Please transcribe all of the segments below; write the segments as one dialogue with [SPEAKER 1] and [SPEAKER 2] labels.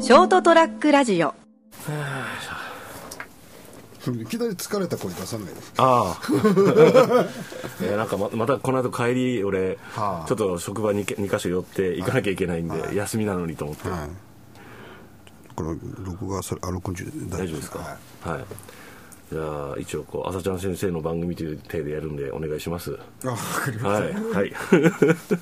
[SPEAKER 1] ショートトラックラジオ
[SPEAKER 2] いきなり疲れた声出さないで
[SPEAKER 3] ああえーなんかままたこの後帰り俺、
[SPEAKER 2] はあ
[SPEAKER 3] ちょっと職場にけ2か所寄って行かなきゃいけないんで、休みなのにと思って、
[SPEAKER 2] これ録画されあ録音中で
[SPEAKER 3] 大丈夫ですか
[SPEAKER 2] は
[SPEAKER 3] はい、じゃあ一応こう朝ちゃん先生の番組という体でやるんでお願いしますはい
[SPEAKER 2] あわかりま
[SPEAKER 3] い、はい、
[SPEAKER 2] した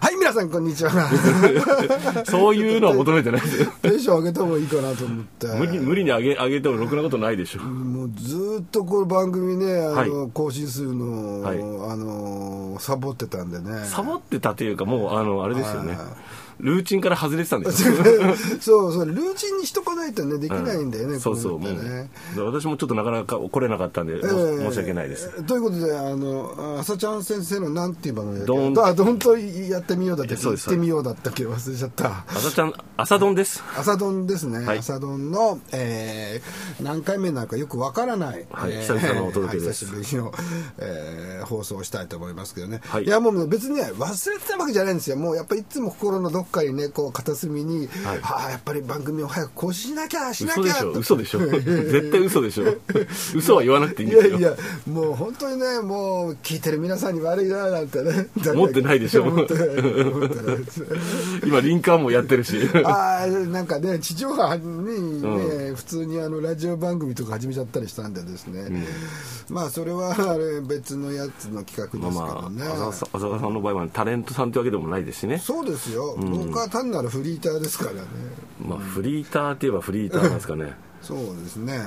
[SPEAKER 2] はい皆さんこんにち は
[SPEAKER 3] そういうのは求めてないですよ
[SPEAKER 2] テンション上げた方がいいかなと思って
[SPEAKER 3] 無理無理に上げ上げてもろくなことないでしょ
[SPEAKER 2] もうずーっとこの番組ねあの、
[SPEAKER 3] はい
[SPEAKER 2] 更新するのを、
[SPEAKER 3] はい
[SPEAKER 2] あのサボってたんでね
[SPEAKER 3] サボってたというかもうあのあれですよね
[SPEAKER 2] あ
[SPEAKER 3] ルーチンから外れてたんで すよ
[SPEAKER 2] そうそうルーチンにしとかないとねできないんだよね、
[SPEAKER 3] そうそう
[SPEAKER 2] こ
[SPEAKER 3] も
[SPEAKER 2] いうのってね
[SPEAKER 3] 私もちょっとなかなか来れなかったんで、
[SPEAKER 2] えー
[SPEAKER 3] 申し訳ないです
[SPEAKER 2] ということで、あの、朝ちゃん先生のなんていう番組だっけ
[SPEAKER 3] どん
[SPEAKER 2] あどんとやってみようだったっけ、
[SPEAKER 3] そう
[SPEAKER 2] 行
[SPEAKER 3] で
[SPEAKER 2] っ
[SPEAKER 3] す
[SPEAKER 2] てみようだったっけ、忘れちゃった。
[SPEAKER 3] 朝ちゃん朝丼です
[SPEAKER 2] 朝丼ですね、
[SPEAKER 3] はい
[SPEAKER 2] 朝丼の、えー何回目なのかよくわからない、
[SPEAKER 3] はい
[SPEAKER 2] えー
[SPEAKER 3] 久々のお届けです
[SPEAKER 2] はい久しぶりの、えー放送をしたいと思いますけどね、
[SPEAKER 3] はい
[SPEAKER 2] い、やもうね別にね忘れてたわけじゃないんですよもうやっぱりいつも心のどっかにねこう片隅に、
[SPEAKER 3] はい
[SPEAKER 2] ああやっぱり番組を早く更新しなきゃしなき
[SPEAKER 3] 嘘
[SPEAKER 2] ゃ
[SPEAKER 3] でしょ
[SPEAKER 2] と
[SPEAKER 3] 嘘でしょ絶対嘘でしょ嘘は言わなくていいん
[SPEAKER 2] い
[SPEAKER 3] で
[SPEAKER 2] や
[SPEAKER 3] すよ
[SPEAKER 2] いやもう本当にねもう聞いてる皆さんに悪いななんてね
[SPEAKER 3] 思ってないでしょ
[SPEAKER 2] 思ってない思ってないです
[SPEAKER 3] 今リンカーンもやってるし
[SPEAKER 2] あーなんかね地上波に、ね普通にあのラジオ番組とか始めちゃったりしたんでですね、まあそれはあれ別のやつの企画
[SPEAKER 3] まあ
[SPEAKER 2] ですけ
[SPEAKER 3] ま
[SPEAKER 2] どね、
[SPEAKER 3] あ浅川さん浅川さんの場合はタレントさんってわけでもないですしね
[SPEAKER 2] そうですよ、僕は単なるフリーターですからね
[SPEAKER 3] まあフリーターって言えばフリーターなんです かね
[SPEAKER 2] そうですね、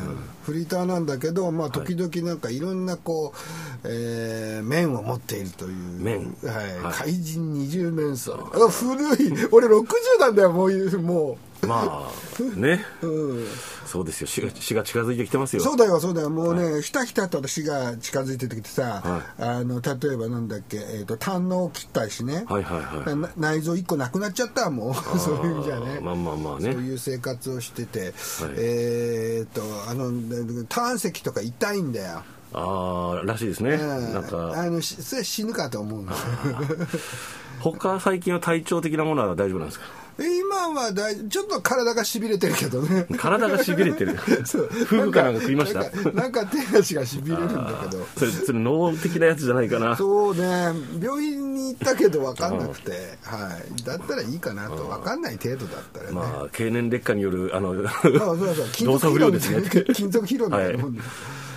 [SPEAKER 2] フリーターなんだけど、まあ、時々なんかいろんなこう、えー面を持っているという
[SPEAKER 3] 面
[SPEAKER 2] はい
[SPEAKER 3] はい
[SPEAKER 2] 怪人二十面相あ古い俺60なんだよもういうも
[SPEAKER 3] まあね
[SPEAKER 2] う、うん、
[SPEAKER 3] そうですよ死が死が近づいてきてますよ
[SPEAKER 2] そうだよそうだよもうね、ひたひたと私が近づいてきてさ、
[SPEAKER 3] は
[SPEAKER 2] あの例えばなんだっけ、えー、と胆のを切ったしね、
[SPEAKER 3] はいはいはい
[SPEAKER 2] な内臓1個なくなっちゃったもう そういう意味じゃね
[SPEAKER 3] まあまあまあね
[SPEAKER 2] そういう生活をしてて、えーっとあの胆石とか痛いんだよ、
[SPEAKER 3] ああらしいですね
[SPEAKER 2] うん
[SPEAKER 3] なんか
[SPEAKER 2] あのしそれ死ぬかと思うの
[SPEAKER 3] 他最近は体調的なものは大丈夫なんですか
[SPEAKER 2] 今はだいちょっと体がしびれてるけどね
[SPEAKER 3] 体がしびれてる
[SPEAKER 2] そう
[SPEAKER 3] 夫婦かなんか食いました
[SPEAKER 2] なんかなんか手足がしびれるんだけど
[SPEAKER 3] それそれ脳的なやつじゃないかな
[SPEAKER 2] そうね病院に行ったけど分かんなくて、はい、だったらいいかなと分かんない程度だったらね、
[SPEAKER 3] まあ経年劣化によるあの
[SPEAKER 2] まあそうそう金
[SPEAKER 3] 動
[SPEAKER 2] 属
[SPEAKER 3] 作
[SPEAKER 2] 疲
[SPEAKER 3] 不
[SPEAKER 2] 労
[SPEAKER 3] 良
[SPEAKER 2] み
[SPEAKER 3] で
[SPEAKER 2] た
[SPEAKER 3] す
[SPEAKER 2] い
[SPEAKER 3] ね
[SPEAKER 2] な 金属疲労みたいなもんで、えー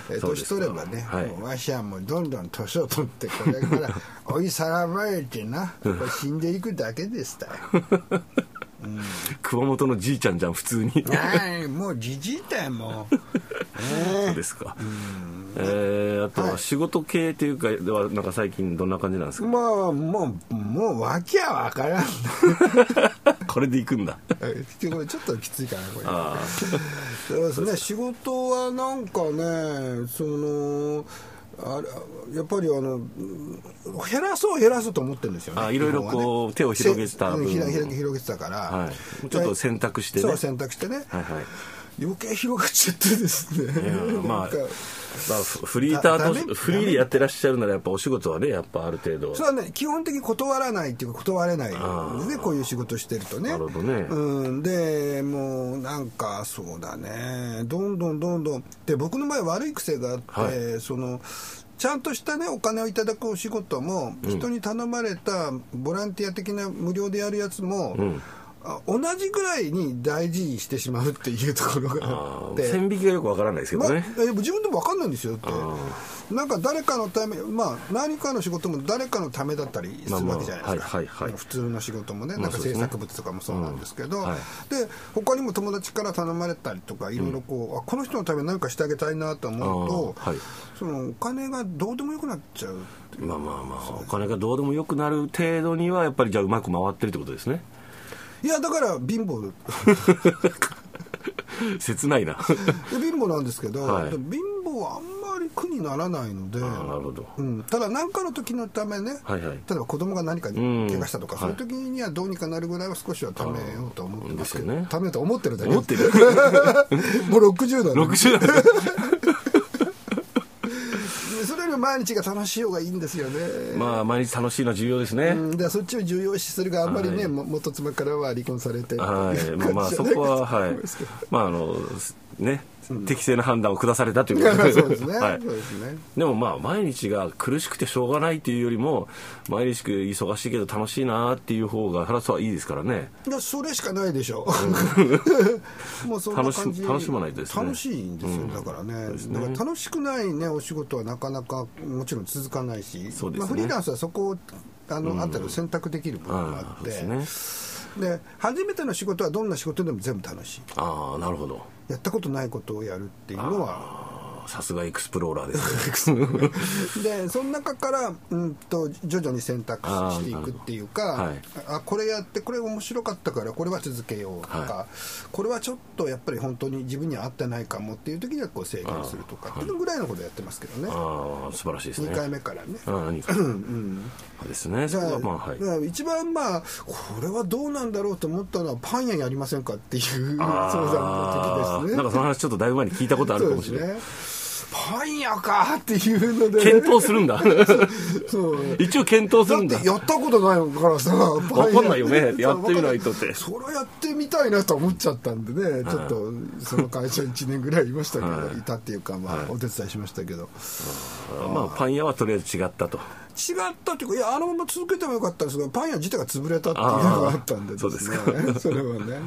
[SPEAKER 3] そうで
[SPEAKER 2] 年
[SPEAKER 3] すか
[SPEAKER 2] 取ればね、
[SPEAKER 3] はい
[SPEAKER 2] もうわしはもうどんどん年を取ってこれから 追いさらばれてなやっぱ死んでいくだけでしたよ
[SPEAKER 3] 熊本のじいちゃんじゃん普通に そ
[SPEAKER 2] はいもうじじいだよもう、ね
[SPEAKER 3] うですかえー、あとは仕事系というかではなんか最近どんな感じなんですか、
[SPEAKER 2] もうもうもう訳は分からん
[SPEAKER 3] これで行くんだ
[SPEAKER 2] はいこれ ちょっときついかなこれ
[SPEAKER 3] あ
[SPEAKER 2] そうですね仕事はなんかねそのあれやっぱりあのうん減らそう減らそうと思ってるんですよね
[SPEAKER 3] あいろいろこう
[SPEAKER 2] 日本はね
[SPEAKER 3] 手を広げてた
[SPEAKER 2] せうん
[SPEAKER 3] 分
[SPEAKER 2] 広げ広げてたから、
[SPEAKER 3] あはいちょっと選択してね
[SPEAKER 2] そう
[SPEAKER 3] はい
[SPEAKER 2] 選択してね、
[SPEAKER 3] はい
[SPEAKER 2] 余計広がっちゃってですね
[SPEAKER 3] いやまあ
[SPEAKER 2] なんか
[SPEAKER 3] まあ、フフリーターと
[SPEAKER 2] だダメ
[SPEAKER 3] フリーでやってらっしゃるならやっぱお仕事はねやっぱある程度
[SPEAKER 2] それはね基本的に断らないっていうか断れないんですねこういう仕事してるとね
[SPEAKER 3] なるほどね
[SPEAKER 2] うん、でもうなんかそうだねどんどんどんどんで僕の前悪い癖があって、
[SPEAKER 3] は
[SPEAKER 2] そのちゃんとしたねお金をいただくお仕事も、人に頼まれたボランティア的な無料でやるやつも、あ同じぐらいに大事にしてしまうっていうところがあ
[SPEAKER 3] あ
[SPEAKER 2] っ
[SPEAKER 3] ー
[SPEAKER 2] て
[SPEAKER 3] 線引きがよくわからないですけどね、
[SPEAKER 2] まあ、え自分でも分かんないんですよってなんか誰かのためまあ何かの仕事も誰かのためだったりするわけじゃないです
[SPEAKER 3] まあま
[SPEAKER 2] か
[SPEAKER 3] あはいはいはい
[SPEAKER 2] 普通の仕事もね
[SPEAKER 3] ま
[SPEAKER 2] な
[SPEAKER 3] あ
[SPEAKER 2] んか
[SPEAKER 3] そうで
[SPEAKER 2] 制
[SPEAKER 3] すね
[SPEAKER 2] 作物とかもそうなんですけど、
[SPEAKER 3] うんはい
[SPEAKER 2] で他にも友達から頼まれたりとかいろいろこう、あこの人のために何かしてあげたいなと思うと、
[SPEAKER 3] あーはい
[SPEAKER 2] そのお金がどうでもよくなっちゃうっていう
[SPEAKER 3] まあまあまあ、お金がどうでもよくなる程度には、やっぱりじゃあ、うまく回ってるってことですね。
[SPEAKER 2] いやだから貧乏
[SPEAKER 3] 切ない な。
[SPEAKER 2] で貧乏なんですけど、
[SPEAKER 3] は
[SPEAKER 2] で
[SPEAKER 3] い
[SPEAKER 2] 貧乏はあんまり苦にならないので。
[SPEAKER 3] あーなるほど。
[SPEAKER 2] うん、ただ何かの時のためね、
[SPEAKER 3] はい はい
[SPEAKER 2] 例えば子供が何かに
[SPEAKER 3] うん
[SPEAKER 2] 怪我したとか、
[SPEAKER 3] はい
[SPEAKER 2] そういう時にはどうにかなるぐらいは少しはためようと思ってますけど、
[SPEAKER 3] あーですよね
[SPEAKER 2] ためようと思ってるだけ
[SPEAKER 3] 思ってる
[SPEAKER 2] もう60だね
[SPEAKER 3] 60代。
[SPEAKER 2] それより毎日が楽しい方がいいんですよね。
[SPEAKER 3] まあ、毎日楽しいのは重要ですね。
[SPEAKER 2] うん、だからそっちを重要視するがあんまりね、
[SPEAKER 3] はい
[SPEAKER 2] も元妻からは離婚されてって
[SPEAKER 3] は いい、
[SPEAKER 2] う
[SPEAKER 3] まあ、ま
[SPEAKER 2] 感
[SPEAKER 3] あ、
[SPEAKER 2] じじ
[SPEAKER 3] そ
[SPEAKER 2] ゃない
[SPEAKER 3] こは、はい
[SPEAKER 2] ですけど。
[SPEAKER 3] まあ、あの、ね、適正な判断を下されたということ
[SPEAKER 2] そうですね、
[SPEAKER 3] はい
[SPEAKER 2] そうですね
[SPEAKER 3] でもまあ毎日が苦しくてしょうがないっていうよりも毎日忙しいけど楽しいなっていう方が原さんはいいですからね
[SPEAKER 2] いやそれしかないでしょ もうそんな感じ
[SPEAKER 3] 楽し楽しまないとですね
[SPEAKER 2] 楽しいんですよ、だからねだから楽しくないねお仕事はなかなかもちろん続かないし、
[SPEAKER 3] そうですね
[SPEAKER 2] まあ、フリーランスはそこをあの、あったら選択できる部分もあ
[SPEAKER 3] ああ
[SPEAKER 2] っ
[SPEAKER 3] で
[SPEAKER 2] て
[SPEAKER 3] すね
[SPEAKER 2] で初めての仕事はどんな仕事でも全部楽しい
[SPEAKER 3] ああなるほど
[SPEAKER 2] やったことないことをやるっていうのは
[SPEAKER 3] さすがエクスプローラーですね
[SPEAKER 2] でその中から、うん、と徐々に選択
[SPEAKER 3] あー
[SPEAKER 2] していくっていうか
[SPEAKER 3] な
[SPEAKER 2] あ、
[SPEAKER 3] る
[SPEAKER 2] これやってこれ面白かったからこれは続けようとか、
[SPEAKER 3] は
[SPEAKER 2] これはちょっとやっぱり本当に自分には合ってないかもっていう時にはこう制限するとかっていうぐらいのことやってますけどね、
[SPEAKER 3] ああ素晴らしいですね
[SPEAKER 2] 2回目からね。
[SPEAKER 3] ああ何かですね
[SPEAKER 2] じ
[SPEAKER 3] そ
[SPEAKER 2] ゃ
[SPEAKER 3] こ
[SPEAKER 2] あ
[SPEAKER 3] はまあはい
[SPEAKER 2] だから一番まあこれはどうなんだろうと思ったのはパン屋やりませんかっていうその
[SPEAKER 3] あ
[SPEAKER 2] 残
[SPEAKER 3] あ
[SPEAKER 2] 酷ですね
[SPEAKER 3] なんかその話ちょっとだいぶ前に聞いたことあるかもしれな い、
[SPEAKER 2] そうですねパン屋かっていうので、ね、
[SPEAKER 3] 検討する んだ
[SPEAKER 2] そう
[SPEAKER 3] 一応検討す
[SPEAKER 2] だっ
[SPEAKER 3] るんだ
[SPEAKER 2] てやったことないからさ
[SPEAKER 3] わかんないよね
[SPEAKER 2] そう
[SPEAKER 3] やってみないとって
[SPEAKER 2] それやってみたいなと思っちゃったんでねちょっとその会社1年ぐらいいましたけど、い、たっていうかまあお手伝いしましたけど、
[SPEAKER 3] まあパン屋はとりあえず違ったと
[SPEAKER 2] 違ったっていうかいやあのまま続けてもよかったんですがパン屋自体が潰れたっていうのがあったんで
[SPEAKER 3] あーそうですか
[SPEAKER 2] ね それはね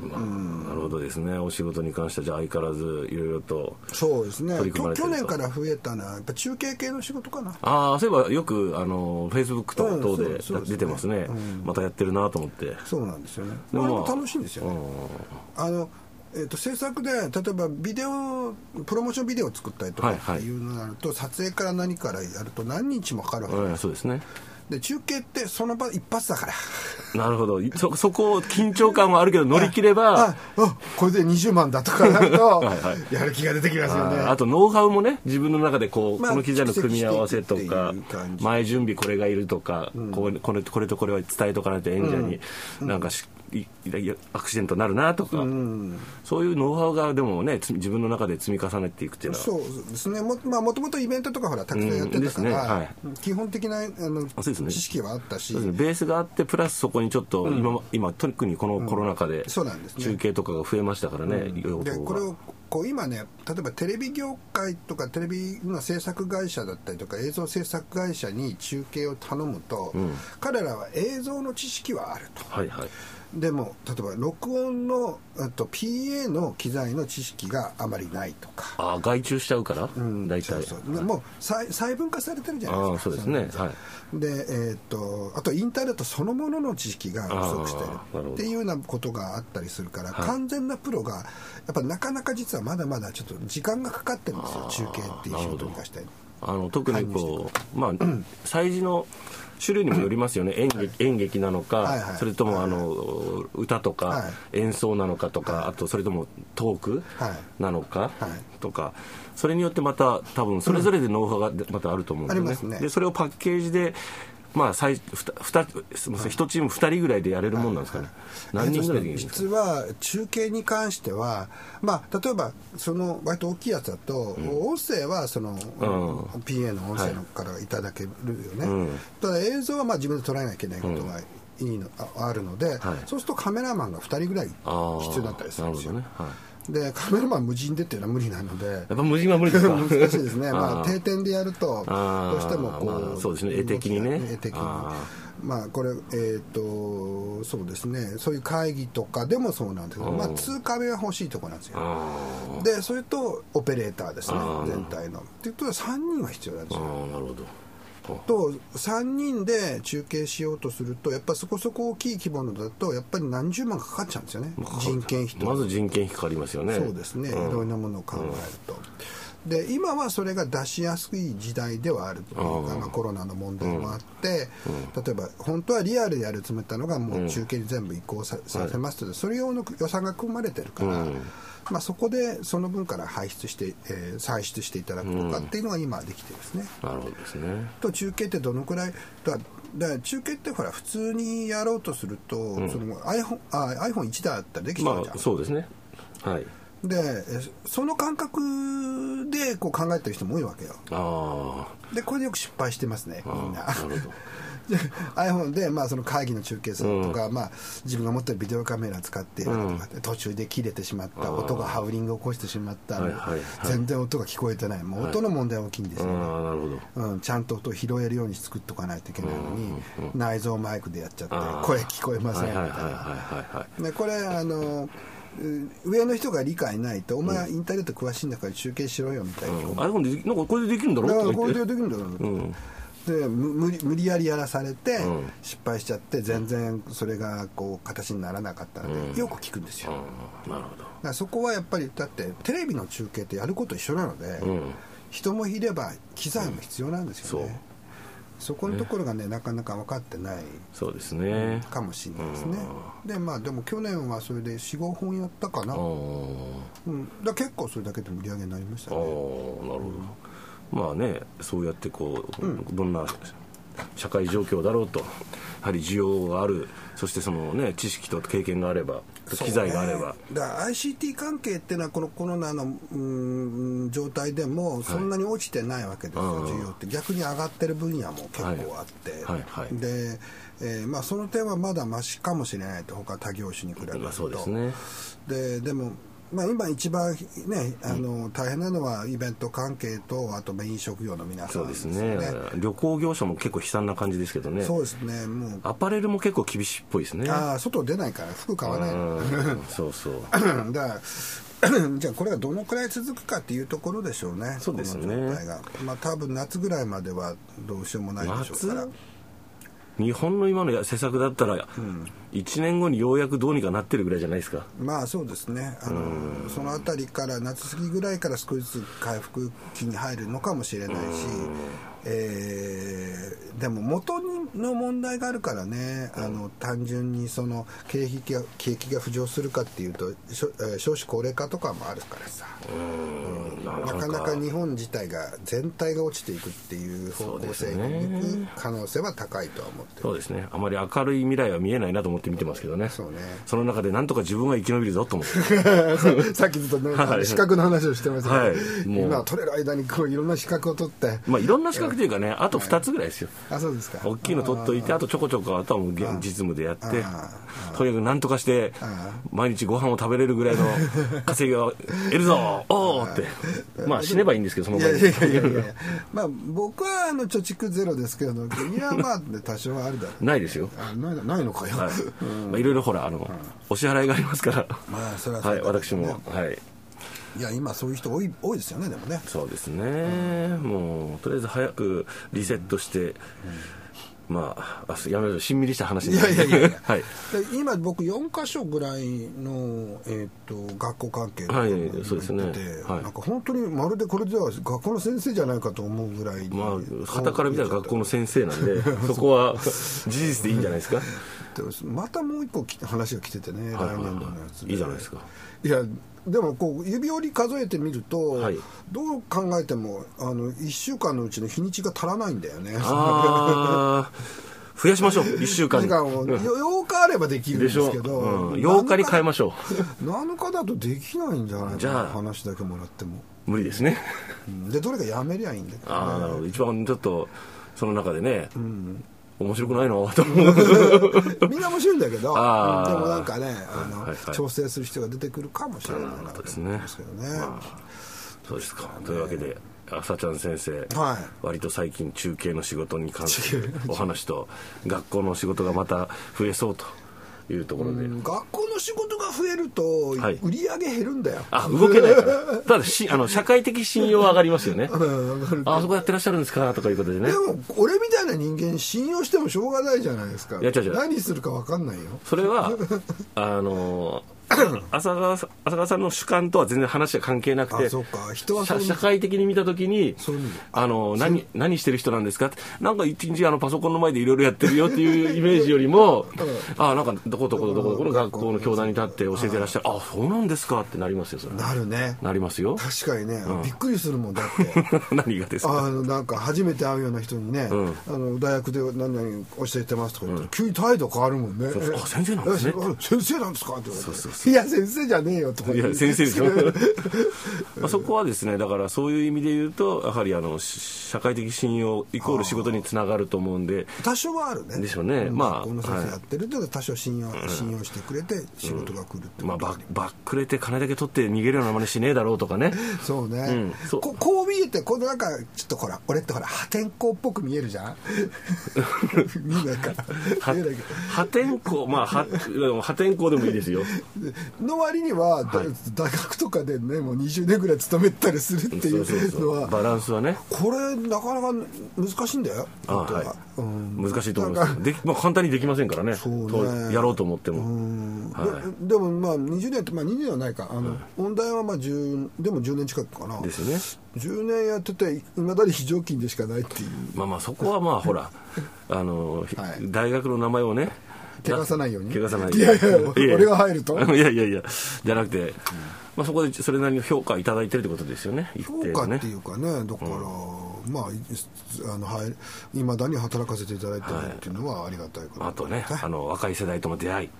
[SPEAKER 3] なるほどですねお仕事に関してはじゃあ相変わらずいろいろと
[SPEAKER 2] そうですね
[SPEAKER 3] 取り組ま
[SPEAKER 2] 去
[SPEAKER 3] れてる
[SPEAKER 2] 去
[SPEAKER 3] と
[SPEAKER 2] 年から増えたのはやっぱ中継系の仕事かな
[SPEAKER 3] ああそういえばよくあのフェイスブックと
[SPEAKER 2] うん
[SPEAKER 3] か等
[SPEAKER 2] そう
[SPEAKER 3] で
[SPEAKER 2] そうですね
[SPEAKER 3] 出てますね、またやってるなと思って
[SPEAKER 2] そうなんですよねあ
[SPEAKER 3] で
[SPEAKER 2] れ
[SPEAKER 3] も
[SPEAKER 2] も楽しいんですよね、あのえー、と制作で例えばビデオプロモーションビデオを作ったりとか
[SPEAKER 3] はいはい
[SPEAKER 2] っていうのになると、撮影から何からやると何日もかかるわけ、
[SPEAKER 3] うん、そうですね
[SPEAKER 2] で中継ってその場一発だから
[SPEAKER 3] なるほどそそこ 緊張感はあるけど乗り切れば
[SPEAKER 2] ああこれで20万だとかなると
[SPEAKER 3] はいは
[SPEAKER 2] やる気が出てきますよね
[SPEAKER 3] ああとノウハウもね自分の中でこう、
[SPEAKER 2] まあ
[SPEAKER 3] この機材の組み合わせと
[SPEAKER 2] 蓄積していくっ
[SPEAKER 3] か
[SPEAKER 2] ていう感じ
[SPEAKER 3] 前準備これがいるとか、こうこれこれとこれは伝えとかないと演者になんかし、いいやアクシデントになるなとか、そういうノウハウがでもねつ自分の中で積み重ねていくっていうのは
[SPEAKER 2] そうですねも,、まあ、もともとイベントとかほらたくさんやってたから、
[SPEAKER 3] う
[SPEAKER 2] 基本的なあの
[SPEAKER 3] あそうですね
[SPEAKER 2] 知識はあったし
[SPEAKER 3] そうですねベースがあってプラスそこにちょっと今,、今特にこのコロナ禍で
[SPEAKER 2] そうなんですね
[SPEAKER 3] 中継とかが増えましたからね、用途
[SPEAKER 2] で
[SPEAKER 3] が
[SPEAKER 2] これをこう今ね例えばテレビ業界とかテレビの制作会社だったりとか映像制作会社に中継を頼むと、彼らは映像の知識はあると
[SPEAKER 3] はいはい
[SPEAKER 2] でも例えば録音のあと PA の機材の知識があまりないとか。
[SPEAKER 3] ああ外注しちゃうから、大
[SPEAKER 2] そ
[SPEAKER 3] 体
[SPEAKER 2] うそうもう細細分化されてるじゃない
[SPEAKER 3] あ
[SPEAKER 2] で
[SPEAKER 3] あ
[SPEAKER 2] すか
[SPEAKER 3] そうですね
[SPEAKER 2] そ
[SPEAKER 3] はい
[SPEAKER 2] ので、えーっとあとインターネットそのものの知識が不足して
[SPEAKER 3] ああ
[SPEAKER 2] る
[SPEAKER 3] なるほど
[SPEAKER 2] っていうようなことがあったりするから、
[SPEAKER 3] い
[SPEAKER 2] 完全なプロがやっぱなかなか実はまだまだちょっと時間がかかってるんですよ中継っていう仕事に関して
[SPEAKER 3] あの特にこうまあ催事の種類にもよりますよね演劇演劇なのか、
[SPEAKER 2] はいはい
[SPEAKER 3] それともあの歌とか、
[SPEAKER 2] は
[SPEAKER 3] 演奏なのかとか、あとそれともトーク
[SPEAKER 2] は
[SPEAKER 3] なのか、
[SPEAKER 2] はい
[SPEAKER 3] とかそれによってまた多分それぞれでノウハウがまたあると思うんです
[SPEAKER 2] あ
[SPEAKER 3] よね
[SPEAKER 2] りますね
[SPEAKER 3] でそれをパッケージでまあ最ふたふたすみません一チーム2人ぐらいでやれるもんなんですかね、何人ぐらいできるんですか、
[SPEAKER 2] 実は中継に関しては、まあ、例えばその割と大きいやつだと、音声はその、PA の音声のからいただけるよね、ただ映像はまあ自分で捉えなきゃいけないことがいいの、ああるので、
[SPEAKER 3] はい
[SPEAKER 2] そうするとカメラマンが2人ぐらい必
[SPEAKER 3] あー
[SPEAKER 2] 要だったりするんですよ、
[SPEAKER 3] なるほどね、はい
[SPEAKER 2] でカメラマン無人でっていうのは無理なので
[SPEAKER 3] やっぱ無人は無理ですか
[SPEAKER 2] 難しいですね、まあ、
[SPEAKER 3] ー
[SPEAKER 2] 定点でやると、
[SPEAKER 3] あー
[SPEAKER 2] どうしてもこう、
[SPEAKER 3] まあそうですね絵的にね
[SPEAKER 2] 絵的に
[SPEAKER 3] あ
[SPEAKER 2] まあ、これ、えっと、そうですね、そういう会議とかでもそうなんですけど、まあ、通貨目は欲しいところなんですよ、
[SPEAKER 3] あー
[SPEAKER 2] でそれとオペレーターですね
[SPEAKER 3] あ、ー
[SPEAKER 2] 全体の。っていうことは3人は必要なんです
[SPEAKER 3] あ
[SPEAKER 2] よ。
[SPEAKER 3] ーなるほど
[SPEAKER 2] と3人で中継しようとすると、やっぱそこそこ大きい規模のだと、やっぱり何十万かかっちゃうんですよね、人件費と
[SPEAKER 3] まず人件費かかりますよね
[SPEAKER 2] そうですね、いろんなものを考えると。で今はそれが出しやすい時代ではあるというか、まあ、コロナの問題もあって、例えば本当はリアルでやるつもりだったのがもう中継に全部移行さ,、せますとそれ用の予算が組まれてるから、まあ、そこでその分から排出して、えー歳出していただくとかっていうのが今できてるんですね。
[SPEAKER 3] なるほどですね
[SPEAKER 2] と中継ってどのくらいだだから中継ってほら普通にやろうとすると、その iPhone, あ iPhone1 台あったらできちゃうじゃん、
[SPEAKER 3] まあそうですねはい
[SPEAKER 2] でえその感覚でこう考えてる人も多いわけよ
[SPEAKER 3] ああ
[SPEAKER 2] でこれでよく失敗してますねみんな
[SPEAKER 3] あーなるほど
[SPEAKER 2] で iPhone で、まあ、その会議の中継するとか、まあ、自分が持ってるビデオカメラ使ってやるとかって、途中で切れてしまった音がハウリングを起こしてしまった、
[SPEAKER 3] はいはいはい
[SPEAKER 2] 全然音が聞こえてないもう音の問題は大きいんですよね、
[SPEAKER 3] ああなるほど
[SPEAKER 2] うん、ちゃんと音を拾えるように作っとかないといけないのに、内蔵マイクでやっちゃって
[SPEAKER 3] あー
[SPEAKER 2] 声聞こえません
[SPEAKER 3] は
[SPEAKER 2] み
[SPEAKER 3] い
[SPEAKER 2] たい
[SPEAKER 3] はいはいは
[SPEAKER 2] な
[SPEAKER 3] いはいはい
[SPEAKER 2] でこれあのうん上の人が理解ないと「お前インターネット詳しいんだから中継しろよ」みたいな、
[SPEAKER 3] iPhone でなんかこれでできるんだ
[SPEAKER 2] だか
[SPEAKER 3] ろ
[SPEAKER 2] ら
[SPEAKER 3] と
[SPEAKER 2] こ
[SPEAKER 3] か
[SPEAKER 2] れ
[SPEAKER 3] 言
[SPEAKER 2] で
[SPEAKER 3] って
[SPEAKER 2] できるんだろうと、
[SPEAKER 3] うん
[SPEAKER 2] でむ無理無理やりやらされて、
[SPEAKER 3] うん
[SPEAKER 2] 失敗しちゃって全然それがこう形にならなかったので、
[SPEAKER 3] うん
[SPEAKER 2] よく聞くんですよ、だ
[SPEAKER 3] うんなるほど
[SPEAKER 2] からそこはやっぱりだってテレビの中継ってやること一緒なので、
[SPEAKER 3] うん
[SPEAKER 2] 人もいれば機材も必要なんですよね、
[SPEAKER 3] うんそう
[SPEAKER 2] そこのところがねなかなか分かってない
[SPEAKER 3] そうですね
[SPEAKER 2] かもしれないですね、でまあでも去年はそれで45本やったかな、
[SPEAKER 3] ああ
[SPEAKER 2] うんだから結構それだけでも売り上げになりまし
[SPEAKER 3] ああなる
[SPEAKER 2] たね
[SPEAKER 3] ほどまあねそうやってこう、どんな社会状況だろうとやはり需要があるそしてそのね知識と経験があれば機材があれば、
[SPEAKER 2] だから ICT 関係っていうのはこのコロナのうん状態でもそんなに落ちてないわけですよ、
[SPEAKER 3] うん
[SPEAKER 2] 需要って逆に上がってる分野も結構あって、
[SPEAKER 3] はいはいはい
[SPEAKER 2] で、えーまあ、その点はまだマシかもしれないと他他業種に比べると、
[SPEAKER 3] まあ、そうですね
[SPEAKER 2] ででも、まあ、今一番、ね、あの大変なのはイベント関係とあとまあ飲食業の皆さ
[SPEAKER 3] そ
[SPEAKER 2] ん
[SPEAKER 3] うです
[SPEAKER 2] よ
[SPEAKER 3] ね旅行業者も結構悲惨な感じですけどね
[SPEAKER 2] そうですねもう
[SPEAKER 3] アパレルも結構厳しいっぽいですね
[SPEAKER 2] ああ外出ないから服買わないの
[SPEAKER 3] うん そうそう
[SPEAKER 2] だからじゃあこれがどのくらい続くかっていうところでしょうね
[SPEAKER 3] そうですね
[SPEAKER 2] この状態がまあ多分夏ぐらいまではどうしようもないでしょうから
[SPEAKER 3] 夏日本の今の施策だったら、1年後にようやくどうにかなってるぐらいじゃないですか
[SPEAKER 2] まあそうですねあのそのあたりから夏過ぎぐらいから少しずつ回復期に入るのかもしれないし、えーでも元の問題があるからねあの単純にその景気が景気が浮上するかっていうとしょえー少子高齢化とかもあるからさ
[SPEAKER 3] うん
[SPEAKER 2] なかなか日本自体が全体が落ちていくっていう方向性に行く可能性は高いとは思ってる
[SPEAKER 3] そうですねあまり明るい未来は見えないなと思って見てますけどね
[SPEAKER 2] そうね
[SPEAKER 3] その中でなんとか自分は生き延びるぞと思って
[SPEAKER 2] さっきずっとね、あの
[SPEAKER 3] はい
[SPEAKER 2] 資格の話をしてましたけど、
[SPEAKER 3] はいもう
[SPEAKER 2] 今取れる間にこういろんな資格を取って、
[SPEAKER 3] まあいろんな資格というかねあと2つぐらいですよ
[SPEAKER 2] あそうですか
[SPEAKER 3] 大きいの取っといてあとちょこちょこあとはもう現実務でやってとにかくなんとかして毎日ご飯を食べれるぐらいの稼ぎを得るぞおおってまあ死ねばいいんですけどその
[SPEAKER 2] い
[SPEAKER 3] 場
[SPEAKER 2] や
[SPEAKER 3] 合。
[SPEAKER 2] いやいやいやいや、まあ、僕はあの貯蓄ゼロですけど、君はまあ、多少はあるだろう
[SPEAKER 3] ないですよ
[SPEAKER 2] あないないのかよ、
[SPEAKER 3] はいまあいろいろほらあのお支払いがありますから
[SPEAKER 2] まあそれはそう
[SPEAKER 3] はい
[SPEAKER 2] だけ
[SPEAKER 3] 私
[SPEAKER 2] どね
[SPEAKER 3] もはい
[SPEAKER 2] いや、今、そういう人多い多いですよね、でもね、
[SPEAKER 3] そうですね、もうとりあえず早くリセットして、まああやめましょうしんみりした話に
[SPEAKER 2] いやいやいやいや
[SPEAKER 3] はい
[SPEAKER 2] で今、僕、4か所ぐらいの、えー、と学校関係のところに
[SPEAKER 3] はいそうですね
[SPEAKER 2] 行ってて、
[SPEAKER 3] はい
[SPEAKER 2] なんか本当にまるでこれでは学校の先生じゃないかと思うぐらいに、
[SPEAKER 3] まあ傍から見たら学校の先生なんで そこは事実でいいんじゃないですか
[SPEAKER 2] でもまたもう一個き話が来ててね、
[SPEAKER 3] はいはい
[SPEAKER 2] 来
[SPEAKER 3] はい
[SPEAKER 2] 年度のやつ
[SPEAKER 3] いいじゃないですか
[SPEAKER 2] いやでもこう指折り数えてみると、
[SPEAKER 3] はい
[SPEAKER 2] どう考えてもあの1週間のうちの日にちが足らないんだよね
[SPEAKER 3] ああ増やしまし ょう1週間
[SPEAKER 2] 時
[SPEAKER 3] に
[SPEAKER 2] 間を8日あればできるん
[SPEAKER 3] で
[SPEAKER 2] で
[SPEAKER 3] しょ
[SPEAKER 2] す
[SPEAKER 3] う、
[SPEAKER 2] けど、
[SPEAKER 3] うん、8日に変えましょう
[SPEAKER 2] う7日だとできないんじゃない
[SPEAKER 3] じ
[SPEAKER 2] か
[SPEAKER 3] ゃあ
[SPEAKER 2] な話だけもらっても、
[SPEAKER 3] 無理ですね
[SPEAKER 2] うんでどれかやめりゃいいんだけど
[SPEAKER 3] ああなるほど一番ちょっとその中でね、面白くないのと思 う
[SPEAKER 2] みんな面白いんだけど、うんでも
[SPEAKER 3] あー
[SPEAKER 2] なんかね、あの
[SPEAKER 3] はいはい
[SPEAKER 2] 調整する人が出てくるかもしれない
[SPEAKER 3] なる
[SPEAKER 2] な
[SPEAKER 3] ほ
[SPEAKER 2] と
[SPEAKER 3] どです
[SPEAKER 2] 思
[SPEAKER 3] ね
[SPEAKER 2] うんですけどね。
[SPEAKER 3] そうですかというわけで朝ちゃん先生、
[SPEAKER 2] はい
[SPEAKER 3] 割と最近中継の仕事に関するお話と学校の仕事がまた増えそうというところで、
[SPEAKER 2] 学校の仕事が増えると、
[SPEAKER 3] はい
[SPEAKER 2] 売り上げ減るんだよ。
[SPEAKER 3] あ動けな いからただしあの社会的信用は上がりますよねああそこやってらっしゃるんですかとかいうことでね
[SPEAKER 2] でも、俺みたいな人間信用してもしょうがないじゃないですか。
[SPEAKER 3] いや違う違う
[SPEAKER 2] 何するか分かんないよ。
[SPEAKER 3] それはあの 浅川さん浅川さんの主観とは全然話が関係なくて
[SPEAKER 2] あそうか人はそう
[SPEAKER 3] 社社会的に見た時に
[SPEAKER 2] そういうの
[SPEAKER 3] あの何何してる人なんですかってなんか一日あのパソコンの前でいろいろやってるよっていうイメージよりも、あなんかどこどこどこどこの学校の教壇に立って教えてらっしゃる、あそうなんですかってなりますよそれ
[SPEAKER 2] なるね。
[SPEAKER 3] なりま すよ
[SPEAKER 2] 確かにね、びっくりするもんだって。
[SPEAKER 3] 何がですか
[SPEAKER 2] あのなんか初めて会うような人にね、あの大学で何々教えてますとか言ったら、急に態度変わるもんね。
[SPEAKER 3] うそうあ先生なんですね
[SPEAKER 2] えあ先生なんですかって言われて。
[SPEAKER 3] そうそう
[SPEAKER 2] いや先生じゃねえよとか
[SPEAKER 3] い
[SPEAKER 2] 言う
[SPEAKER 3] や先生ですよまあそこはですねだからそういう意味で言うとやはりあのし社会的信用イコール仕事につながると思うんで
[SPEAKER 2] 多少はあるね
[SPEAKER 3] でしょうねまあ
[SPEAKER 2] 学校の先
[SPEAKER 3] はい
[SPEAKER 2] 生やってるというのは多少信用,、信用してくれて仕事が来るってこと、
[SPEAKER 3] まあ、ばばっくれて金だけ取って逃げるような真似しねえだろうとかね
[SPEAKER 2] そうね、
[SPEAKER 3] んそう
[SPEAKER 2] ここう見えてこのなんかちょっとほら俺ってほら破天荒っぽく見えるじ ゃん 見えないか
[SPEAKER 3] は
[SPEAKER 2] 見えないか
[SPEAKER 3] 破天荒まあはでも破天荒でもいいですよ
[SPEAKER 2] の割には、だ
[SPEAKER 3] はい
[SPEAKER 2] 大学とかでねもう20年ぐらい勤めたりするってい
[SPEAKER 3] そうそう
[SPEAKER 2] う
[SPEAKER 3] そ
[SPEAKER 2] の
[SPEAKER 3] う
[SPEAKER 2] は
[SPEAKER 3] バランスはね
[SPEAKER 2] これなかなか難しいんだよ
[SPEAKER 3] あ
[SPEAKER 2] 本当
[SPEAKER 3] はい
[SPEAKER 2] うん
[SPEAKER 3] 難しいと思い
[SPEAKER 2] な
[SPEAKER 3] ま
[SPEAKER 2] んか
[SPEAKER 3] すでき、まあ、簡単にできませんからね
[SPEAKER 2] そうね
[SPEAKER 3] とやろうと思って
[SPEAKER 2] う
[SPEAKER 3] も
[SPEAKER 2] ん
[SPEAKER 3] はい
[SPEAKER 2] ででもまあ20年って、まあ、2年はないかあの、音大はまあ10でも10年近くかな
[SPEAKER 3] ですね
[SPEAKER 2] 10年やってていまだに非常勤でしかないっていう
[SPEAKER 3] まあまあそこはまあほ らあの、
[SPEAKER 2] はい
[SPEAKER 3] 大学の名前をね
[SPEAKER 2] 汚さないように
[SPEAKER 3] 汚さない
[SPEAKER 2] いやいや俺が入ると
[SPEAKER 3] いやいやいやじゃなくて、まあ、そこでそれなりの評価いただいてるってことですよね一
[SPEAKER 2] 評
[SPEAKER 3] 定の
[SPEAKER 2] 価
[SPEAKER 3] ね
[SPEAKER 2] っていうかねだから、まあいあのはいまだに働かせていただいてるっていうのはありがたいこと
[SPEAKER 3] あとねあの若い世代との出会い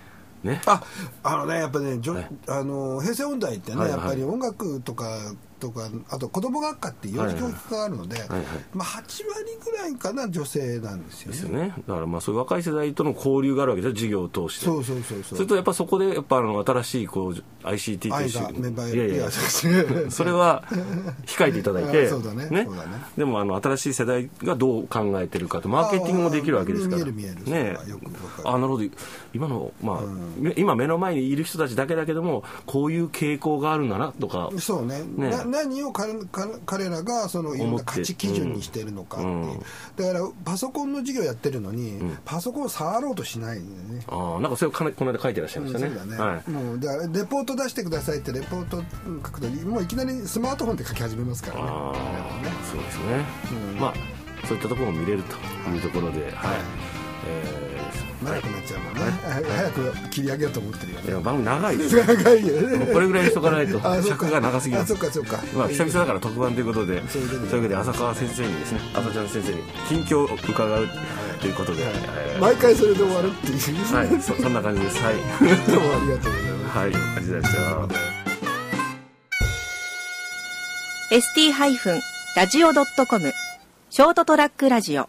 [SPEAKER 3] ね
[SPEAKER 2] ああのねやっぱね、じょ
[SPEAKER 3] はい
[SPEAKER 2] あの平成音大ってね、
[SPEAKER 3] はいはい
[SPEAKER 2] やっぱり音楽とかとかあと子ども学科っていう幼児教育科があるので、
[SPEAKER 3] はいはい
[SPEAKER 2] まあ、8割ぐらいかな女性なんですよね
[SPEAKER 3] ですよねだからまあそういう若い世代との交流があるわけですよ授業を通して
[SPEAKER 2] そうそうそうそう
[SPEAKER 3] それとやっぱそこでやっぱあの新しいこう ICT と
[SPEAKER 2] 愛
[SPEAKER 3] 一
[SPEAKER 2] が
[SPEAKER 3] 緒
[SPEAKER 2] メンバー
[SPEAKER 3] いやいや それは控えていただい
[SPEAKER 2] あ
[SPEAKER 3] て
[SPEAKER 2] そうだねそうだね
[SPEAKER 3] でもあの新しい世代がどう考えてるかとマーケティングもできるわけですから
[SPEAKER 2] あー見える見える
[SPEAKER 3] ね
[SPEAKER 2] それはよくわかる
[SPEAKER 3] あなるほど今の、まあめ今目の前にいる人たちだけだけどもこういう傾向があるんだなとか
[SPEAKER 2] そうね
[SPEAKER 3] ね
[SPEAKER 2] な何を彼彼彼らがそのいろん
[SPEAKER 3] 思っ
[SPEAKER 2] な
[SPEAKER 3] て
[SPEAKER 2] 価値基準にしているのかっていう、
[SPEAKER 3] うんうん
[SPEAKER 2] だからパソコンの授業やってるのに、パソコンを触ろうとしないんだよね
[SPEAKER 3] あーなんかそれをかなこの間書いてらっしゃいましたね,、
[SPEAKER 2] そうだね、
[SPEAKER 3] はい、
[SPEAKER 2] もうだからレポート出してくださいってレポートうん書くともういきなりスマートフォンで書き始めますからね
[SPEAKER 3] あ
[SPEAKER 2] あれはね
[SPEAKER 3] ーそうですね、まあそういったところも見れるというところで、はいえ
[SPEAKER 2] 長くなっちゃうもんね、早く切り上げようと思ってるよ
[SPEAKER 3] ーい
[SPEAKER 2] ね
[SPEAKER 3] や番組長 いですね
[SPEAKER 2] 長いよね
[SPEAKER 3] これぐらいにしとかないと
[SPEAKER 2] あそっか
[SPEAKER 3] 尺が長すぎま
[SPEAKER 2] あそ
[SPEAKER 3] す
[SPEAKER 2] っかそっか
[SPEAKER 3] まあ、久々だから特番ということで、
[SPEAKER 2] そ
[SPEAKER 3] そうう
[SPEAKER 2] いうことで
[SPEAKER 3] いうわけで浅川先生にですね、浅ちゃん先生に近況を伺うということで、えー
[SPEAKER 2] 毎回それで終わるっていう、
[SPEAKER 3] はい、そそんな感じです。 はい、
[SPEAKER 2] どうもありがとうございます
[SPEAKER 3] はい、ありがとうございました。
[SPEAKER 1] ST-radio.com ショートトラックラジオ